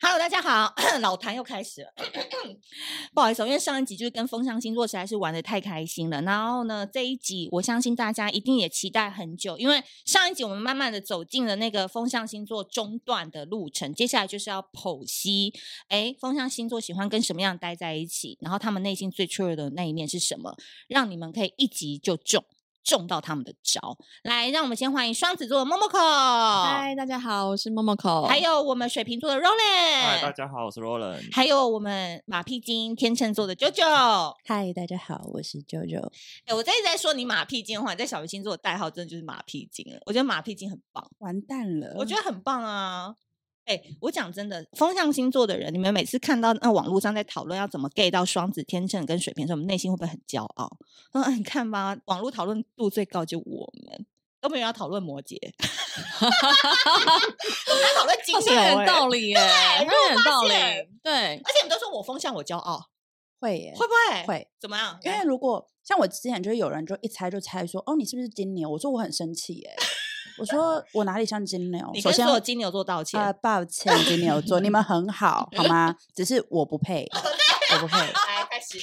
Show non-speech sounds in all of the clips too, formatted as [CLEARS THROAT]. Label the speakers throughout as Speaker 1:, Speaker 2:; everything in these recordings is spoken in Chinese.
Speaker 1: 大家好， [COUGHS] 老谭又开始了， [COUGHS] 不好意思哦，因为上一集就是跟风象星座实在是玩的太开心了，然后呢这一集我相信大家一定也期待很久，因为上一集我们慢慢的走进了那个风象星座中段的路程，接下来就是要剖析，哎，风象星座喜欢跟什么样待在一起，然后他们内心最脆弱的那一面是什么，让你们可以一集就中。中到他们的招，来，让我们先欢迎双子座的 Momoko，
Speaker 2: 嗨，大家好，我是默默口，
Speaker 1: 哦还有我们水瓶座的
Speaker 3: 嗨，大
Speaker 1: Roland，
Speaker 3: 家好，我是 Roland。
Speaker 1: 还有我们马屁精天秤座的 JoJo。
Speaker 2: 嗨，大家好，我是 JoJo。
Speaker 1: 哎、我在一直在说你马屁精的话，你在小鱼星座的代号真的就是马屁精了。我觉得马屁精很棒，
Speaker 2: 完蛋了，
Speaker 1: 我觉得很棒啊。哎、我讲真的，风象星座的人，你们每次看到那网络上在讨论要怎么 gay 到双子、天秤跟水瓶座，我们内心会不会很骄傲？嗯、哎你看吧，网络讨论度最高就我们，都没有人要讨论摩羯， [LAUGHS] 都在讨论金
Speaker 2: 好像
Speaker 1: 牛、
Speaker 2: 有
Speaker 1: 哎
Speaker 2: 点
Speaker 1: [LAUGHS]
Speaker 4: 欸
Speaker 2: 道理耶，好像有点道
Speaker 1: 现
Speaker 2: 理，对，
Speaker 1: 而且你们都说我风象，我骄傲，
Speaker 4: 会耶，
Speaker 1: 会不会？
Speaker 4: 会，
Speaker 1: 怎么样？
Speaker 4: 因为如果像我之前就是有人就一猜就猜说，哦，你是不是金牛？我说我很生气耶，我说我哪里像金牛？
Speaker 1: 你
Speaker 4: 首
Speaker 1: 跟所
Speaker 4: 先
Speaker 1: 有金牛座道歉。
Speaker 4: 啊、抱歉，金牛座，你们很好，好吗？只是我不
Speaker 1: [LAUGHS]
Speaker 4: 配，我 [LAUGHS] 不配。
Speaker 1: 来哎开始，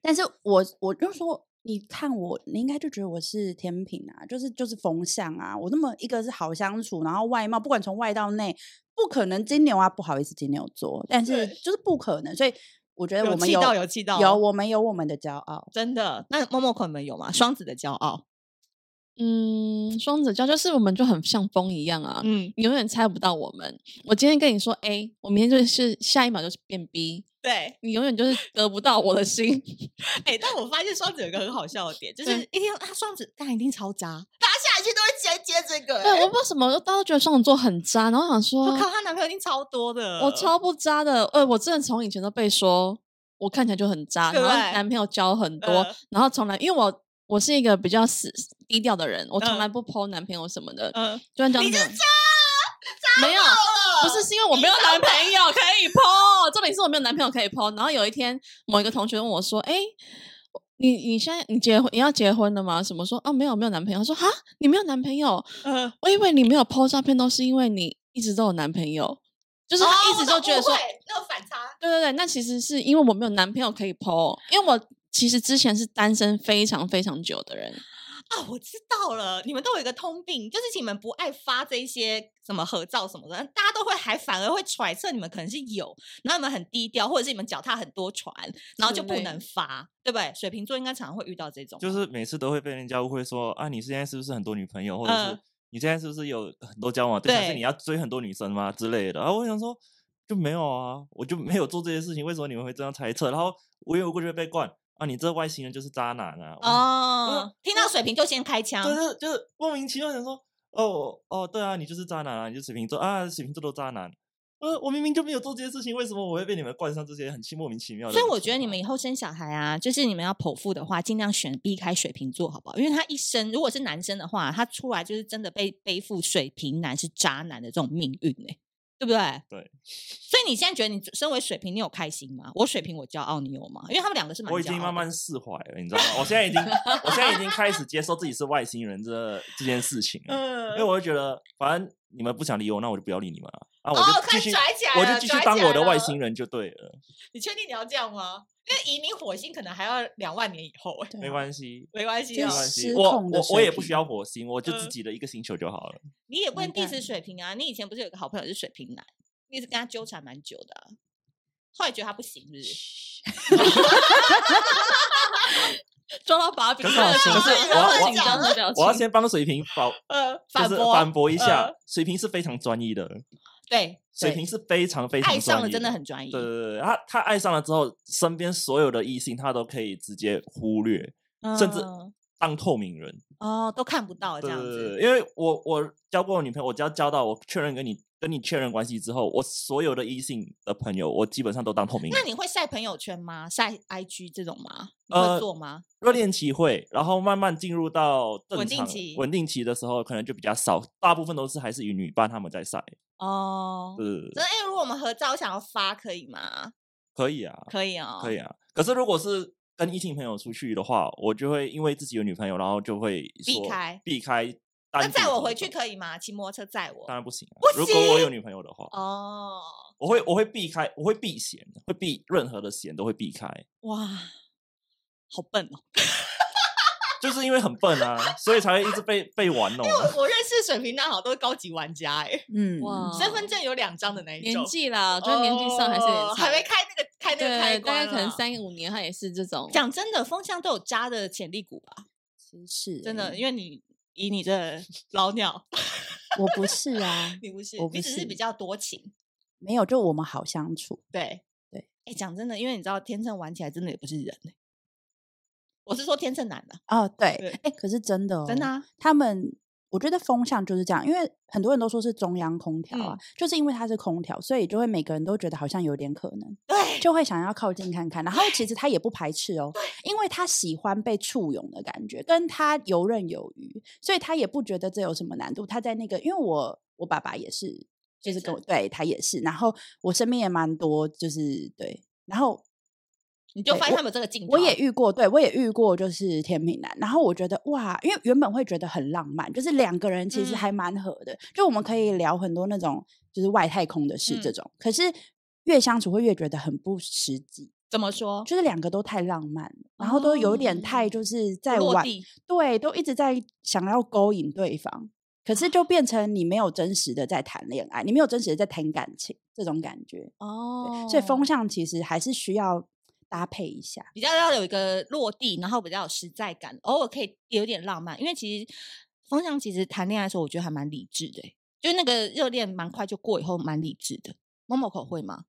Speaker 4: 但是我我就说，你看我，你应该就觉得我是天平啊，就是就是风向啊，我那么一个是好相处，然后外貌不管从外到内，不可能金牛啊，不好意思，金牛座，但是
Speaker 1: 对
Speaker 4: 就是不可能，所以我觉得
Speaker 1: 有
Speaker 4: 我们
Speaker 1: 气到有气到，
Speaker 4: 有我们有我们的骄傲。
Speaker 1: 真的。那默默款你们有吗？双子的骄傲，
Speaker 2: 嗯，双子座就是我们就很像风一样啊，
Speaker 1: 嗯，
Speaker 2: 你永远猜不到我们。我今天跟你说 A，我明天就是下一秒就是变 B，
Speaker 1: 对。
Speaker 2: 你永远就是得不到我的心。 [LAUGHS]
Speaker 1: 哎、但我发现双子有一个很好笑的点，就
Speaker 2: 对
Speaker 1: 是一定啊，双子但一定超渣，大家下一句都会接接这个、
Speaker 2: 对，我不知道什么，我大家都觉得双子座很渣，然后想说
Speaker 1: 我，靠，她男朋友一定超多的，
Speaker 2: 我超不渣的，呃，我真的从以前都被说我看起来就很渣，
Speaker 1: 对
Speaker 2: 然
Speaker 1: 不
Speaker 2: 后
Speaker 1: 对
Speaker 2: 男朋友交很多，
Speaker 1: 嗯
Speaker 2: 然后从来因为我我是一个比较死低调的人，我从
Speaker 1: 嗯
Speaker 2: 来不剖男朋友什么的，
Speaker 1: 嗯，
Speaker 2: 就算交
Speaker 1: 你
Speaker 2: 男
Speaker 1: 就
Speaker 2: 朋
Speaker 1: 渣啊，
Speaker 2: 友没有。
Speaker 1: 爆
Speaker 2: 不
Speaker 1: 了
Speaker 2: 是，是因为我没有男朋友可以剖，重点是我没有男朋友可以剖。然后有一天，某一个同学问我说：“哎、你你现在你结婚你要结婚了吗？”什么说啊没有没有男朋友。他说哈你没有男朋友，
Speaker 1: 嗯，
Speaker 2: 我以为你没有剖照片都是因为你一直都有男朋友，就是
Speaker 1: 哦
Speaker 2: 他一直就觉得说、
Speaker 1: 那种反差，
Speaker 2: 对对对，那其实是因为我没有男朋友可以剖，因为我其实之前是单身非常非常久的人。
Speaker 1: 啊，我知道了，你们都有一个通病，就是你们不爱发这些什么合照什么的，大家都会还反而会揣测你们可能是有，然后你们很低调，或者是你们脚踏很多船，然后就
Speaker 2: 之
Speaker 1: 不
Speaker 2: 类
Speaker 1: 能发，对不对？水瓶座应该常常会遇到这种吧，
Speaker 3: 就是每次都会被人家误会说啊，你现在是不是很多女朋友，或者是、
Speaker 1: 嗯
Speaker 3: 你现在是不是有很多交往对象，
Speaker 1: 对
Speaker 3: 是你要追很多女生吗之类的？然后我想说就没有啊，我就没有做这些事情，为什么你们会这样猜测？然后无缘无故就会被灌啊，你这外星人就是渣男啊！我想
Speaker 1: 哦，听到水瓶就先开枪，
Speaker 3: 就是就是莫名其妙想说，哦哦，对啊，你就是渣男啊，你就是水瓶座啊，水瓶座都渣男。呃，我明明就没有做这些事情，为什么我会被你们冠上这些很奇莫名其妙的
Speaker 1: 所
Speaker 3: 想
Speaker 1: 以
Speaker 3: 法？
Speaker 1: 我觉得你们以后生小孩啊，就是你们要剖腹的话，尽量选避开水瓶座，好不好？因为他一生如果是男生的话，他出来就是真的被背负水瓶男是渣男的这种命运呢、对不对？
Speaker 3: 对。
Speaker 1: 所以你现在觉得你身为水瓶，你有开心吗？我水瓶，我骄傲，你有吗？因为他们两个是蛮
Speaker 3: 我已
Speaker 1: 骄傲
Speaker 3: 经
Speaker 1: 的
Speaker 3: 慢慢释怀了，你知道吗？我现在
Speaker 1: [LAUGHS]
Speaker 3: 已经，我现在已经开始接受自己是外星人这这件事情了，因为
Speaker 1: 嗯，
Speaker 3: 我会觉得，反正你们不想理我，那我就不要理你们了啊，我
Speaker 1: 哦
Speaker 3: 就，
Speaker 1: 快
Speaker 3: 继续，
Speaker 1: 拽起来了，
Speaker 3: 我就继续
Speaker 1: 拽起
Speaker 3: 当
Speaker 1: 来
Speaker 3: 我的外
Speaker 1: 了
Speaker 3: 星人就对了，
Speaker 1: 你确定你要这样吗？因为移民火星可能还要两万年以后、哎，
Speaker 4: 对
Speaker 3: 没
Speaker 4: 啊
Speaker 3: 关系。
Speaker 1: 没关系
Speaker 4: 就
Speaker 3: 没
Speaker 1: 啊，
Speaker 3: 关
Speaker 4: 是
Speaker 3: 系，
Speaker 4: 失
Speaker 3: 我
Speaker 4: 控的
Speaker 3: 我我也
Speaker 4: 水
Speaker 3: 不需
Speaker 4: 平
Speaker 3: 要火星，我就自
Speaker 1: 嗯
Speaker 3: 己的一个星球就好了。
Speaker 1: 你也不能
Speaker 4: 完
Speaker 1: diss
Speaker 4: 蛋
Speaker 1: 水瓶啊！你以前不是有个好朋友是水瓶男，你也是跟他纠缠蛮久的啊、后来觉得他不行，是不是？ [LAUGHS]
Speaker 2: 抓到把柄，
Speaker 3: 可是我可是
Speaker 1: [LAUGHS]
Speaker 3: 我要我要
Speaker 2: 紧张的表情，
Speaker 3: 我要先帮水瓶保
Speaker 1: 呃，
Speaker 3: 就
Speaker 1: 反
Speaker 3: 是
Speaker 1: 驳，
Speaker 3: 反驳一下，
Speaker 1: 呃
Speaker 3: 水瓶是非常专一的，
Speaker 1: 对，
Speaker 3: 水
Speaker 4: 对
Speaker 3: 瓶是非常非常
Speaker 1: 爱上
Speaker 3: 专
Speaker 1: 了
Speaker 3: 一
Speaker 1: 真的很专一。
Speaker 3: 对对对对，他他爱上了之后，身边所有的异性他都可以直接忽略，甚至
Speaker 1: 嗯
Speaker 3: 当透明人。
Speaker 1: 哦都看不到这
Speaker 3: 对
Speaker 1: 样
Speaker 3: 对对，
Speaker 1: 子。
Speaker 3: 对因为我我交过女朋友，我只要交到我确认跟你跟你确认关系之后，我所有的异性的朋友，我基本上都当透明
Speaker 1: 那
Speaker 3: 人。
Speaker 1: 你会晒朋友圈吗？晒 IG 这种吗？你会
Speaker 3: 呃
Speaker 1: 做吗？
Speaker 3: 热恋期会，然后慢慢进入到正
Speaker 1: 稳定
Speaker 3: 常
Speaker 1: 期
Speaker 3: 稳定期的时候，可能就比较少，大部分都是还是以女伴他们在晒。
Speaker 1: 哦，
Speaker 3: 对对对
Speaker 1: 真的哎，如果我们合照想要发，可以吗？
Speaker 3: 可以啊，
Speaker 1: 可以哦，
Speaker 3: 可以啊。可是如果是跟异性朋友出去的话，我就会因为自己有女朋友，然后就会
Speaker 1: 避
Speaker 3: 说
Speaker 1: 开
Speaker 3: 避开单
Speaker 1: 那
Speaker 3: 独的活动。
Speaker 1: 载我回去可以吗？骑摩托车载我
Speaker 3: 当？然不行、啊。
Speaker 1: 不
Speaker 3: 如果我有
Speaker 1: 行
Speaker 3: 女朋友的话，
Speaker 1: 哦，
Speaker 3: 我会我会避开，我会避嫌，会避任何的嫌都会避开，
Speaker 1: 哇，好笨哦！
Speaker 3: 就是因为很笨啊，所以才会一直被被玩弄啊。
Speaker 5: 我认识水瓶男好多高级玩家哎、 [LAUGHS]
Speaker 4: 嗯，
Speaker 2: 哇
Speaker 5: 身份证有两张的那一
Speaker 2: 年
Speaker 5: 种，
Speaker 2: 纪啦，
Speaker 1: 啊
Speaker 2: 我觉得年纪上还是有点
Speaker 5: 哦
Speaker 2: 差
Speaker 5: 还没开那个
Speaker 1: [LAUGHS]
Speaker 5: 开那个开
Speaker 2: 对，大
Speaker 5: 关啊，
Speaker 2: 概可能三五年，他也是这种。
Speaker 1: 讲真的，风向都有渣的潜力股吧？
Speaker 4: 其实
Speaker 1: 真的，
Speaker 5: 嗯
Speaker 4: 欸
Speaker 1: 因为你以你
Speaker 5: [LAUGHS]
Speaker 1: 这老鸟，，
Speaker 4: 我不是啊
Speaker 1: 你不是
Speaker 4: 我，
Speaker 1: 你
Speaker 4: 不
Speaker 1: 只是
Speaker 4: 是
Speaker 1: 比较多情。
Speaker 4: 没有，就我们好相处。
Speaker 1: 对
Speaker 4: 对，
Speaker 1: 哎，讲真的，因为你知道天秤玩起来真的也不是人欸、我是说天秤男的，
Speaker 4: 哦，对，
Speaker 1: 对
Speaker 4: 哎、可是真的、哦，
Speaker 1: 真的、啊，
Speaker 4: 他们我觉得风向就是这样，因为很多人都说是中央空调啊，
Speaker 1: 嗯
Speaker 4: 就是因为它是空调，所以就会每个人都觉得好像有点可能，
Speaker 1: 对
Speaker 4: 就会想要靠近看看。然后其实他也不排斥哦，因为他喜欢被簇拥的感觉，跟他游刃有余，所以他也不觉得这有什么难度。他在那个，因为我我爸爸也是，就是跟我对他也是，然后我身边也蛮多，就是对，然后
Speaker 1: 你就
Speaker 5: 哎
Speaker 4: 对
Speaker 1: 发现
Speaker 4: 我
Speaker 1: 他们有这个镜头。啊
Speaker 4: 我也遇过，对我也遇过，就是天秤男。然后我觉得哇，因为原本会觉得很浪漫，就是两个人其实
Speaker 1: 嗯
Speaker 4: 还蛮合的，就我们可以聊很多那种就是外太空的事这
Speaker 1: 嗯
Speaker 4: 种。可是越相处会越觉得很不实际，
Speaker 1: 怎么说？
Speaker 4: 就是两个都太浪漫了，然后都有点太就是在
Speaker 1: 哦落
Speaker 4: 玩，
Speaker 1: 地
Speaker 4: 对，都一直在想要勾引对方。可是
Speaker 1: 啊
Speaker 4: 就变成你没有真实的在谈恋爱，你没有真实的在谈感情这种感觉，
Speaker 2: 哦
Speaker 4: 对，所以风向其实还是需要搭配一下。
Speaker 1: 比较要有一个落地，然后比较有实在感，偶尔可以有点浪漫。因为其实风向其实谈恋爱的时候，我觉得还蛮理智的欸、就是那个热恋蛮快就过，以后蛮理智的。某某口会吗？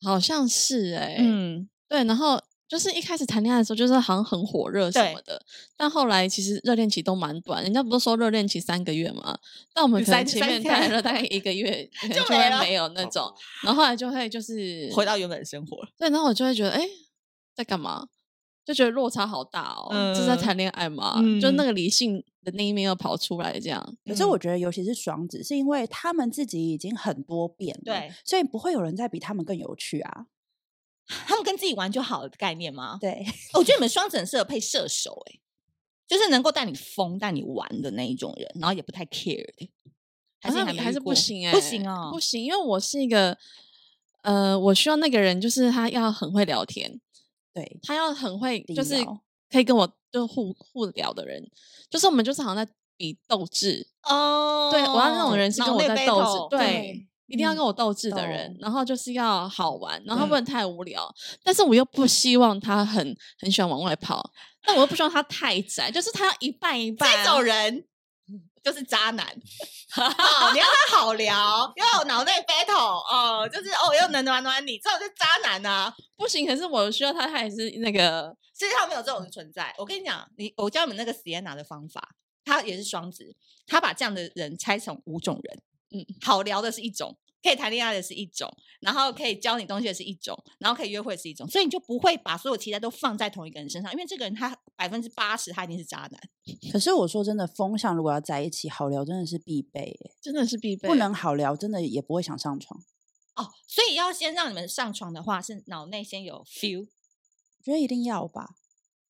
Speaker 2: 好像是哎、
Speaker 1: 嗯，
Speaker 2: 对，然后就是一开始谈恋爱的时候，就是好像很火热什
Speaker 1: 对
Speaker 2: 么的，但后来其实热恋期都蛮短，人家不是说热恋期三个月嘛，但我们可能
Speaker 1: 三
Speaker 2: 前
Speaker 1: 三
Speaker 2: 面
Speaker 1: 天
Speaker 2: 谈了大概一个
Speaker 1: [LAUGHS]
Speaker 2: 月，可能
Speaker 1: 就
Speaker 2: 就
Speaker 1: 没
Speaker 2: 会
Speaker 1: 了
Speaker 2: 没有那种， [LAUGHS] 然后后来就会就是
Speaker 1: 回到原本的生活。
Speaker 2: 对，然后我就会觉得，哎，在干嘛？就觉得落差好大哦，这是在
Speaker 1: 嗯
Speaker 2: 谈恋爱嘛？就那
Speaker 1: 嗯
Speaker 2: 个理性的那一面又跑出来，这样
Speaker 4: 可是
Speaker 1: 嗯
Speaker 4: 我觉得，尤其是双子，是因为他们自己已经很多变了，
Speaker 1: 对，
Speaker 4: 所以不会有人再比他们更有趣啊。
Speaker 1: 他们跟自己玩就好的概念吗？
Speaker 4: 对， [LAUGHS]
Speaker 1: 我觉得你们双子很适合配射手、欸，就是能够带你疯、带你玩的那一种人，然后也不太 care 的。还
Speaker 2: 好
Speaker 1: 是你
Speaker 2: 像
Speaker 1: 还
Speaker 2: 也
Speaker 1: 没
Speaker 2: 还
Speaker 1: 遇
Speaker 2: 是不
Speaker 1: 过
Speaker 2: 行哎、
Speaker 1: 不行哦，
Speaker 2: 不行，因为我是一个，呃，我需要那个人就是他要很会聊天，
Speaker 4: 对，
Speaker 2: 他要很会，
Speaker 4: 定
Speaker 2: 就是
Speaker 4: 要
Speaker 2: 可以跟我就互互聊的人，就是我们就是好像在比斗志，
Speaker 1: 哦
Speaker 2: 对我要那种人是跟
Speaker 1: 脑
Speaker 2: 我
Speaker 1: 内
Speaker 2: 在斗
Speaker 1: battle
Speaker 2: 志，对
Speaker 4: 对。
Speaker 2: 一定要跟我斗志的人，
Speaker 4: 懂
Speaker 2: 然后就是要好玩，然后
Speaker 1: 嗯
Speaker 2: 不能太无聊，但是我又不希望他很很喜欢往外跑，但我又不希望他太宅，就是他要一半一半、
Speaker 1: 这种人就是渣男。 [LAUGHS] 哦，你要他好聊，又有脑内 battle，哦，就是哦，又能暖暖你，这种就是渣男啊。
Speaker 2: 不行，可是我需要他，他也是那个
Speaker 1: 世界上没有这种人存在。我跟你讲，你我教你们那个 Sienna 的方法，她也是双子，她把这样的人拆成五种人，嗯
Speaker 2: 嗯，
Speaker 1: 好聊的是一种，可以谈恋爱的是一种，然后可以教你东西的是一种，然后可以约会的是一种，所以你就不会把所有期待都放在同一个人身上，因为这个人他百分之八十他一定是渣男。
Speaker 4: 可是我说真的，风向如果要在一起，好聊真的是必备耶、
Speaker 2: 真的是必备，
Speaker 4: 不能好聊，真的也不会想上床。
Speaker 1: 哦，所以要先让你们上床的话，是脑内先有 feel，
Speaker 4: 我觉得一定要吧。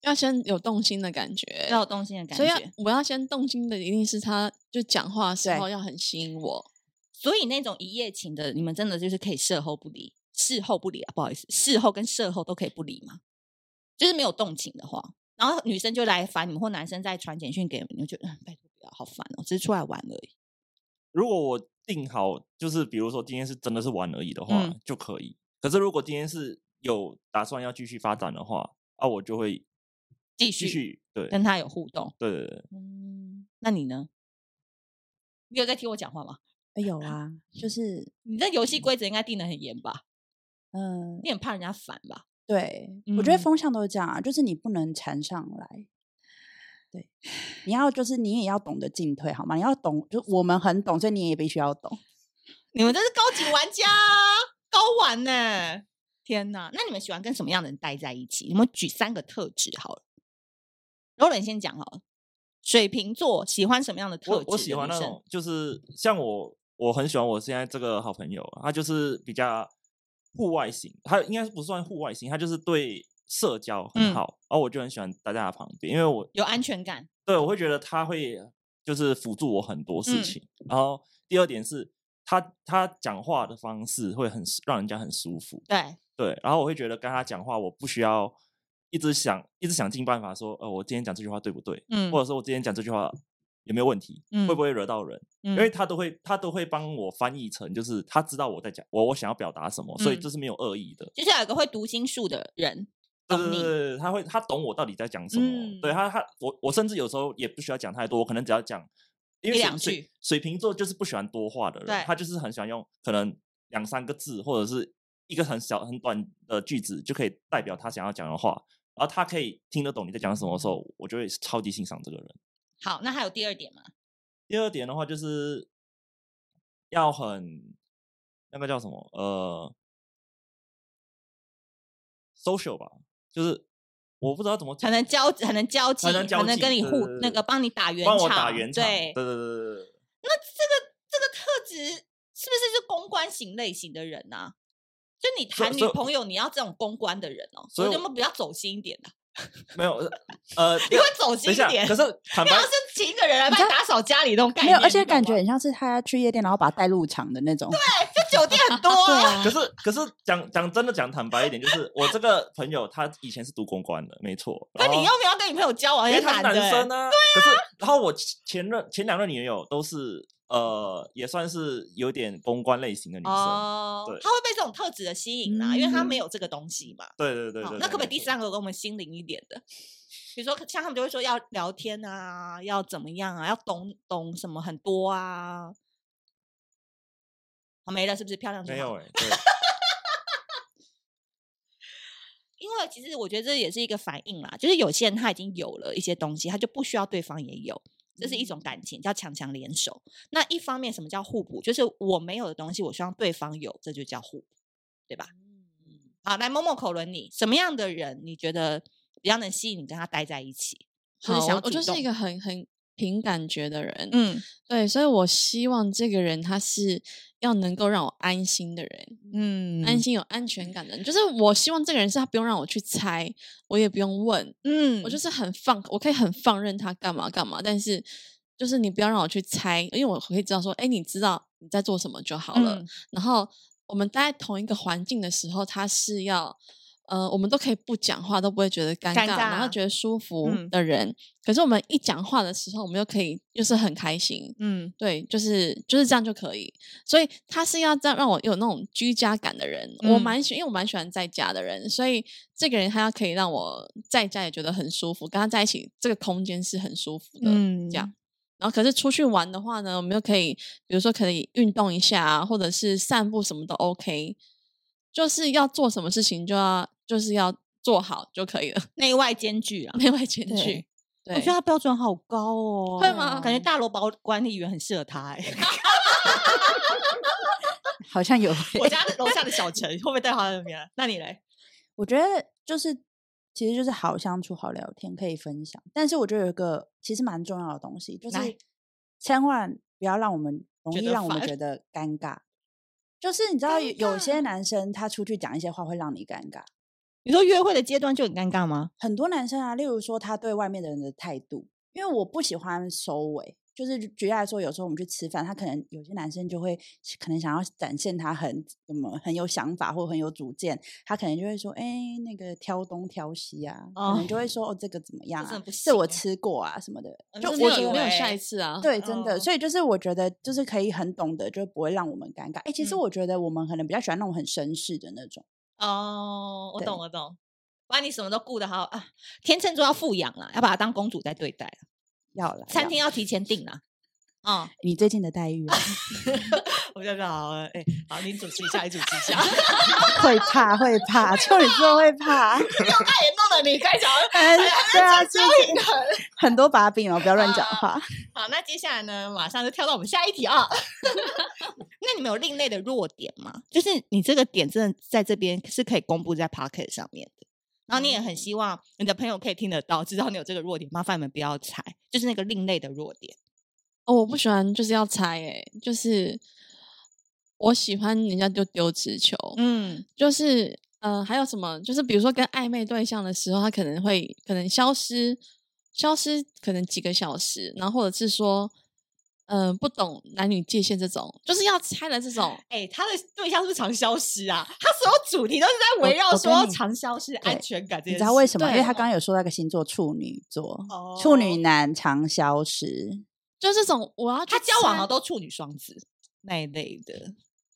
Speaker 2: 要先有动心的感觉，
Speaker 1: 要有动心的感
Speaker 2: 所以要
Speaker 1: 觉。
Speaker 2: 我要先动心的一定是他就讲话的时
Speaker 4: 对
Speaker 2: 候要很吸引我，
Speaker 1: 所以那种一夜情的，你们真的就是可以事后不离，事后不离啊，不好意思，事后跟事后都可以不离嘛，就是没有动情的话，然后女生就来烦你们，或男生再传简讯给你们，你就觉得嗯拜托不要，好烦哦，只是出来玩而已。
Speaker 3: 如果我定好，就是比如说今天是真的是玩而已的话，
Speaker 1: 嗯
Speaker 3: 就可以。可是如果今天是有打算要继续发展的话，啊，我就会
Speaker 1: 继
Speaker 3: 继
Speaker 1: 续
Speaker 3: 续对对
Speaker 1: 跟他有互动，
Speaker 3: 对对，
Speaker 1: 嗯，那你呢？你有在听我讲话吗？
Speaker 4: 哎有啊，就是
Speaker 1: 你这游戏规则应该定的很严吧？
Speaker 4: 嗯、
Speaker 1: 你很怕人家烦吧？
Speaker 4: 对，我觉得
Speaker 1: 嗯
Speaker 4: 风向都是这样啊，就是你不能缠上来。对，你要就是你也要懂得进退，好吗？你要懂，就我们很懂，所以你也必须要懂。
Speaker 1: 你们真是高级玩家啊，高玩呢、天哪，那你们喜欢跟什么样的人待在一起？你们举三个特质好了。柔人先讲好了，水瓶座喜欢什么样的特质
Speaker 3: 我
Speaker 1: 的
Speaker 3: 我喜欢
Speaker 1: 女
Speaker 3: 那
Speaker 1: 生
Speaker 3: 种，就是像我，我很喜欢我现在这个好朋友，他就是比较户外型，他应该是不算户外型，他就是对社交
Speaker 1: 嗯
Speaker 3: 很好，然后我就很喜欢待在他旁边，因为我
Speaker 1: 有安全感，
Speaker 3: 对我会觉得他会就是辅助我很多事
Speaker 1: 嗯
Speaker 3: 情。然后第二点是他他讲话的方式会很让人家很舒服，
Speaker 1: 对，
Speaker 3: 对，然后我会觉得跟他讲话，我不需要一直想一直想尽办法说，呃，我今天讲这句话对不对，
Speaker 1: 嗯
Speaker 3: 或者说我今天讲这句话有没有问题，会
Speaker 1: 嗯
Speaker 3: 不会惹到人？
Speaker 1: 因
Speaker 3: 因为他都会他都会帮我翻译成，就是他知道我在讲我我想要表达什么，所以
Speaker 1: 嗯
Speaker 3: 这是没有恶意的。
Speaker 1: 就是有一个会读心术的人，
Speaker 3: 对
Speaker 1: 懂
Speaker 3: 对
Speaker 1: 你
Speaker 3: 对对，他会他懂我到底在讲什么。对
Speaker 1: 嗯
Speaker 3: 他他我我甚至有时候也不需要讲太多，我可能只要讲因
Speaker 1: 一
Speaker 3: 为水
Speaker 1: 两
Speaker 3: 水
Speaker 1: 句
Speaker 3: 水瓶座就是不喜欢多话的
Speaker 1: 对
Speaker 3: 人，他就是很喜欢用可能两三个字或者是一个很小很短的句子就可以代表他想要讲的话。然后他可以听得懂你在讲什么的时候，我就会超级欣赏这个人。
Speaker 1: 好，那还有第二点吗？
Speaker 3: 第二点的话就是要很那个叫什么呃，social 吧，就是我不知道怎么
Speaker 1: 才能交，才能交际，
Speaker 3: 才能交
Speaker 1: 才能跟
Speaker 3: 际
Speaker 1: 你
Speaker 3: 对
Speaker 1: 互
Speaker 3: 对
Speaker 1: 那
Speaker 3: 对
Speaker 1: 个帮你打圆
Speaker 3: 帮
Speaker 1: 场，
Speaker 3: 我打圆场，
Speaker 1: 对
Speaker 3: 对，对对对对对。
Speaker 1: 那这个这个特质是不是就公关型类型的人呢、啊就你
Speaker 3: 所以
Speaker 1: 谈女
Speaker 3: 所以
Speaker 1: 朋友，你要这种公关的人哦，
Speaker 3: 所以
Speaker 1: 我觉
Speaker 3: 我
Speaker 1: 得比较走心一点的、
Speaker 3: 没
Speaker 1: [LAUGHS]
Speaker 3: 有，呃，
Speaker 1: 你
Speaker 3: 等
Speaker 1: 会走心
Speaker 3: 一
Speaker 1: 一
Speaker 3: 下，
Speaker 1: 点。
Speaker 3: 可是坦
Speaker 1: 你
Speaker 3: 白
Speaker 1: 要，是请一个人来
Speaker 4: 你
Speaker 1: 帮
Speaker 4: 知
Speaker 1: 你打扫家里那种概
Speaker 4: 没
Speaker 1: 念，
Speaker 4: 有，而且
Speaker 1: 你懂
Speaker 4: 感觉
Speaker 1: 吗
Speaker 4: 很像是他去夜店，然后把他带入场的那种。
Speaker 1: 这酒店
Speaker 3: [LAUGHS]
Speaker 1: 很多啊、
Speaker 3: 可是可是讲讲真的讲坦白一点，就是我这个朋友他以前是读公关的，没错。
Speaker 1: [LAUGHS] 那你
Speaker 3: 然后
Speaker 1: 要不要跟女朋友交往？
Speaker 3: 哦因
Speaker 1: 也
Speaker 3: 为他是
Speaker 1: 的
Speaker 3: 男
Speaker 1: 欸
Speaker 3: 生啊呢、可是，然后我前前任前两任女友都是呃，也算是有点公关类型的女生。
Speaker 1: 哦
Speaker 3: 对，
Speaker 1: 他会被这种特质的吸引啊啦，因为他
Speaker 4: 嗯
Speaker 1: 没有这个东西嘛。
Speaker 3: 对对对
Speaker 1: 好
Speaker 3: 对。
Speaker 1: 那
Speaker 3: 对
Speaker 1: 可不可以
Speaker 3: 没
Speaker 1: 第
Speaker 3: 错
Speaker 1: 三个给我们心灵一点的？比如说，像他们就会说要聊天啊，要怎么样啊，要懂懂什么很多啊。好，没了，是不是漂亮就
Speaker 3: 没
Speaker 1: 好
Speaker 3: 有
Speaker 1: [LAUGHS]
Speaker 3: 哎、对
Speaker 1: 因为其实我觉得这也是一个反应啦，就是有些人他已经有了一些东西，他就不需要对方也有，这是一
Speaker 2: 嗯
Speaker 1: 种感情，叫强强联手。那一方面，什么叫互补？就是我没有的东西，我希望对方有，这就叫互补，对吧？
Speaker 2: 嗯
Speaker 1: 好，来某某口轮你，什么样的人你觉得比较能吸引你跟他待在一起？或者
Speaker 2: 好，
Speaker 1: 想
Speaker 2: 我
Speaker 1: 要
Speaker 2: 我
Speaker 1: 主
Speaker 2: 就是
Speaker 1: 动
Speaker 2: 一个很很凭感觉的人，
Speaker 1: 嗯
Speaker 2: 对，所以我希望这个人他是要能够让我安心的人，
Speaker 1: 嗯
Speaker 2: 安心有安全感的人。就是我希望这个人是他不用让我去猜，我也不用问，
Speaker 1: 嗯
Speaker 2: 我就是很放，我可以很放任他干嘛干嘛，但是。就是你不要让我去猜，因为我可以知道说，哎、你知道你在做什么就好了。
Speaker 1: 嗯
Speaker 2: 然后我们待在同一个环境的时候，他是要呃，我们都可以不讲话，都不会觉得尴
Speaker 1: 尴
Speaker 2: 然后
Speaker 1: 尬
Speaker 2: 觉得舒服
Speaker 1: 嗯
Speaker 2: 的人。可是我们一讲话的时候，我们又可以又是很开心，
Speaker 1: 嗯
Speaker 2: 对，就是就是这样就可以。所以他是要这样让我有那种居家感的人，我
Speaker 1: 嗯
Speaker 2: 蛮喜，因为我蛮喜欢在家的人，所以这个人他要可以让我在家也觉得很舒服，跟他在一起这个空间是很舒服的。
Speaker 1: 嗯
Speaker 2: 这样。然后可是出去玩的话呢，我们又可以，比如说可以运动一下啊，或者是散步什么都 OK，就是要做什么事情就要就是要做好就可以了， [LAUGHS]
Speaker 1: 内外兼具啊。
Speaker 2: 内外兼
Speaker 4: 对
Speaker 2: 具。
Speaker 1: 我
Speaker 2: 对，
Speaker 1: 觉得他标准好高哦，
Speaker 2: 会吗
Speaker 1: 感觉大楼保管理员很适合他哎、
Speaker 4: 好 [LAUGHS] 像有、
Speaker 1: [LAUGHS] 我家的楼下的小陈会不会带他那边？啊那你嘞？
Speaker 4: 我觉得就是，其实就是好相处、好聊天，可以分享。但是我觉得有一个其实蛮重要的东西，就是
Speaker 1: 来
Speaker 4: 千万不要让我们容
Speaker 1: 觉
Speaker 4: 易
Speaker 1: 得
Speaker 4: 让我们
Speaker 1: 烦
Speaker 4: 觉得尴尬。就是你知道有
Speaker 1: 尴
Speaker 4: 有些
Speaker 1: 尬
Speaker 4: 男生他出去讲一些话会让你尴尬，
Speaker 1: 你说约会的阶段就很尴尬吗？
Speaker 4: 很多男生啊，例如说他对外面的人的态度，因为我不喜欢收尾。就是举举例来说，有时候我们去吃饭，他可能有些男生就会可能想要展现他很什么很有想法或很有主见，他可能就会说：“哎、那个挑东挑西啊，可
Speaker 1: 哦
Speaker 4: 能就会说哦这个怎么样
Speaker 1: 真的
Speaker 4: 啊，
Speaker 1: 不
Speaker 4: 这我
Speaker 1: 行欸
Speaker 4: 吃过啊什么的。
Speaker 1: 呃”
Speaker 4: 就
Speaker 1: 这
Speaker 2: 没
Speaker 4: 我
Speaker 1: 没
Speaker 4: 觉
Speaker 2: 有
Speaker 1: 有
Speaker 2: 没有
Speaker 1: 欸
Speaker 4: 得
Speaker 2: 下一次啊，
Speaker 4: 对，真的，
Speaker 1: 哦
Speaker 4: 所以就是我觉得就是可以很懂得，就不会让我们尴尬。哎、其实
Speaker 1: 嗯
Speaker 4: 我觉得我们可能比较喜欢那种很绅士的那种。
Speaker 1: 哦，我
Speaker 4: 对
Speaker 1: 懂，我懂，把你什么都顾得好啊。天秤座要富养啦，要把她当公主在对待啦，
Speaker 4: 要了，
Speaker 1: 餐
Speaker 4: 要
Speaker 1: 厅要提前订啦。哦，
Speaker 4: 你最近的待遇啊、
Speaker 5: 我就说好，哎，好，你主持一下，你主持一下。
Speaker 1: [LAUGHS]
Speaker 4: 会怕会怕，处女座会
Speaker 1: 哎
Speaker 4: 怕。
Speaker 5: 太严重了，你该讲了。
Speaker 4: 嗯，对啊，最近
Speaker 5: 的
Speaker 4: 很多把柄哦，不要乱讲话。
Speaker 1: 啊
Speaker 5: 好，那接下来呢，马上就跳到我们下一题啊。
Speaker 1: [LAUGHS] 那你们有另类的弱点吗？就是你这个点真的在这边是可以公布在 Pocket 上面的，然后你也
Speaker 4: 哦
Speaker 1: 很希望你的朋友可以听得到，知道你有这个弱点，麻烦你们不要猜，就是那个另类的弱点。
Speaker 2: 哦，我不喜欢就是要猜、欸，就是我喜欢人家就丢直球，
Speaker 1: 嗯，
Speaker 2: 就是呃，还有什么？就是比如说跟暧昧对象的时候，他可能会可能消失，消失可能几个小时，然后或者是说嗯、不懂男女界限这种，就是要猜的
Speaker 1: [LAUGHS]
Speaker 2: 这种。
Speaker 1: 哎、他的对象是不是常消失啊？他所有主题都是在围
Speaker 4: 我
Speaker 1: 绕
Speaker 4: 我跟
Speaker 1: 说
Speaker 4: 你
Speaker 1: 常消失、安全感这
Speaker 4: 你
Speaker 1: 件
Speaker 4: 知道为
Speaker 1: 事
Speaker 4: 什么？因
Speaker 2: 对
Speaker 4: 为他刚刚有说到一个星座处女座，
Speaker 1: 哦
Speaker 4: 处女男常消失。
Speaker 2: 就是这种，我要去
Speaker 1: 他交往
Speaker 2: 猜
Speaker 1: 的都处女双子那一类的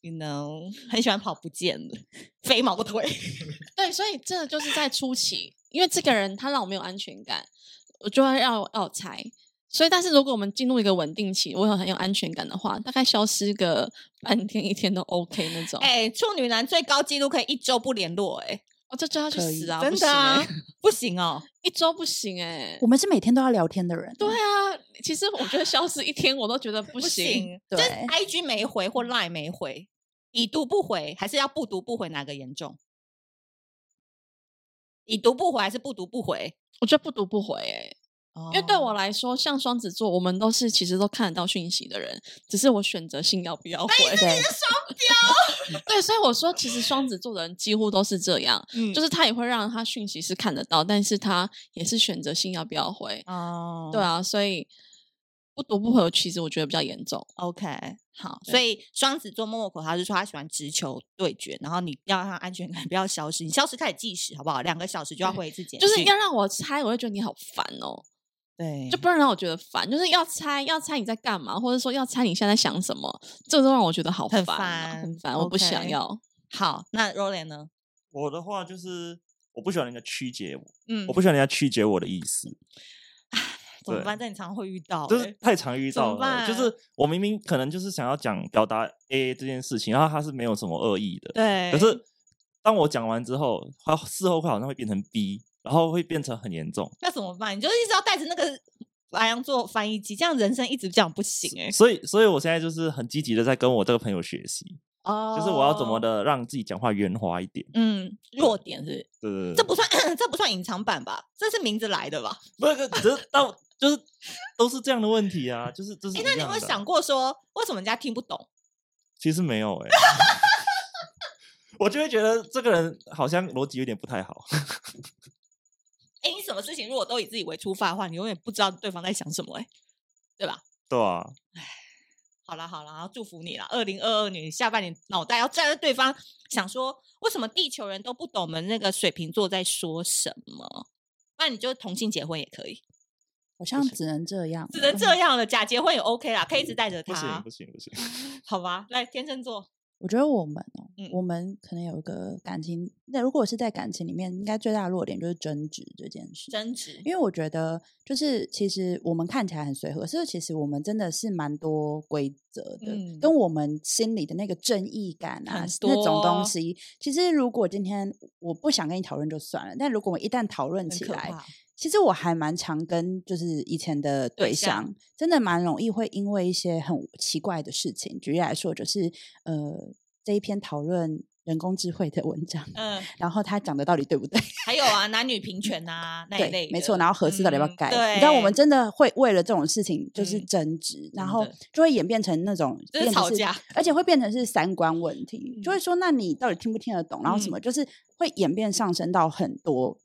Speaker 1: ，you know，很喜欢跑不见的飞毛腿。
Speaker 2: 对，所以这就是在初期，因为这个人他让我没有安全感，我就要要要猜。所以，但是如果我们进入一个稳定期，我有很有安全感的话，大概消失个半天一天都 OK 那种。
Speaker 1: 哎、处女男最高纪录可以一周不联络、哎、
Speaker 2: 哦，这就要去
Speaker 4: 可以
Speaker 2: 死啊！
Speaker 1: 真
Speaker 2: 不
Speaker 1: 的
Speaker 2: 行
Speaker 1: 啊
Speaker 2: 欸，
Speaker 1: 不行哦，
Speaker 2: 一周不行哎、
Speaker 4: 我们是每天都要聊天的人，
Speaker 2: 对啊，其实我觉得消失一天我都觉得不
Speaker 1: 不
Speaker 2: 行。
Speaker 1: 行，就是
Speaker 4: 对
Speaker 1: IG 没回或 Line 没回，已读不回还是要不读不回哪个严重？已读不回还是不读不回？
Speaker 2: 我觉得不读不回哎、因为对我来说，像双子座，我们都是其实都看得到讯息的人，只是我选择性要不要回。
Speaker 1: [LAUGHS]
Speaker 4: 对，
Speaker 2: 哎对，所以我说，其实双子座的人几乎都是这样，
Speaker 1: 嗯
Speaker 2: 就是他也会让他讯息是看得到，但是他也是选择性要不要回。
Speaker 1: 哦，
Speaker 2: 对啊，所以不读不回，其实我觉得比较严重。
Speaker 1: OK，好，所以双子座默默口他是说他喜欢直球对决，然后你要让他安全感不 [LAUGHS] 要消失，你消失开始计时好不好？两个小时就要
Speaker 2: 对
Speaker 1: 回一次简
Speaker 2: 就是
Speaker 1: 讯
Speaker 2: 要让我猜，我会觉得你好烦哦，
Speaker 1: 对，
Speaker 2: 就不能让我觉得烦，就是要猜，要猜你在干嘛，或者说要猜你现在在想什么，这都让我觉得好
Speaker 1: 很
Speaker 2: 烦啊、
Speaker 1: 烦
Speaker 2: 很烦，我不想
Speaker 1: OK
Speaker 2: 要。
Speaker 1: 好。那 Roland 呢？
Speaker 3: 我的话就是我不喜欢人家曲解我，
Speaker 1: 嗯
Speaker 3: 我不喜欢人家曲解我的意思，
Speaker 1: 怎么
Speaker 3: 对
Speaker 1: 办？但你常常会遇到、欸，
Speaker 3: 就是太常遇
Speaker 1: 怎么
Speaker 3: 到了。就
Speaker 1: 办
Speaker 3: 是我明明可能就是想要讲表达 A A 这件事情，然后他是没有什么恶意的，
Speaker 1: 对，
Speaker 3: 可是当我讲完之后，他事后会好像会变成 B，然后会变成很严重。
Speaker 1: 那怎么办？你就一直要带着那个白羊座翻译机，这样人生一直这样不行哎、
Speaker 3: 所以，所以我现在就是很积极的在跟我这个朋友学习，
Speaker 1: 哦
Speaker 3: 就是我要怎么？的让自己讲话圆滑一点。
Speaker 1: 嗯，弱点是不是
Speaker 3: 对对对，
Speaker 1: 这不算， [CLEARS THROAT] 这不算隐藏版吧？这是名字来的吧？
Speaker 3: 不是，只是到就是都是这样的问题啊，就是这是。
Speaker 1: 哎，那你有没有想？过说，为什么人家听不懂？
Speaker 3: 其实没有哎、 [LAUGHS] 我就会觉得这个人好像逻辑有点不太好。
Speaker 1: 哎，你什么事情如果都以自己为出发的话，你永远不知道对方在想什么哎、对吧？
Speaker 3: 对啊，
Speaker 1: 好啦好啦，然后祝福你啦！二零二二年下半年，脑袋要站在对方，想说为什么地球人都不懂我们那个水瓶座在说什么？那你就同性结婚也可以，
Speaker 4: 好像只能这样，
Speaker 1: 只能这。样了。假结婚也 OK 啦，可以一直带着
Speaker 3: 不行
Speaker 1: 他
Speaker 3: 不，行不 [LAUGHS] 行，
Speaker 1: 好吧？来，天秤座，
Speaker 4: 我觉得我们哦
Speaker 1: 嗯，
Speaker 4: 我们可能有一个感情，那如果是在感情里面，应该最大的弱点就是争执这件事。
Speaker 1: 争执，
Speaker 4: 因为我觉得，就是其实我们看起来很随和，可是其实我们真的是蛮多规则的，
Speaker 1: 嗯
Speaker 4: 跟我们心里的那个正义感啊
Speaker 1: 很
Speaker 4: 那种
Speaker 1: 多
Speaker 4: 东西。其实如果今天我不想跟你讨论就算了，但如果我一旦讨论
Speaker 1: 很
Speaker 4: 起
Speaker 1: 可
Speaker 4: 来，
Speaker 1: 怕。
Speaker 4: 其实我还蛮常跟就是以前的
Speaker 1: 对
Speaker 4: 对
Speaker 1: 象
Speaker 4: 象，真的蛮容易会因为一些很奇怪的事情，举例来说，就是呃这一篇讨论人工智慧的文章， [LAUGHS]
Speaker 1: 嗯，
Speaker 4: 然后他讲的到底对不对？
Speaker 1: 还有啊，男女平权啊那一类
Speaker 4: 对，
Speaker 1: 的，
Speaker 4: 没错。然后合适到底要
Speaker 1: 嗯
Speaker 4: 不要改？你知道我们
Speaker 1: 对
Speaker 4: 真的会为了这种事情就是
Speaker 1: 嗯
Speaker 4: 争执，
Speaker 1: 真
Speaker 4: 然后
Speaker 1: 的
Speaker 4: 就会演变成那种
Speaker 1: 就是
Speaker 4: 变成
Speaker 1: 吵架，
Speaker 4: 而且会变成是三观问题，就会
Speaker 1: 嗯
Speaker 4: 说那你到底听不听得懂？然后
Speaker 1: 嗯
Speaker 4: 什么，就是会演变上升到很多。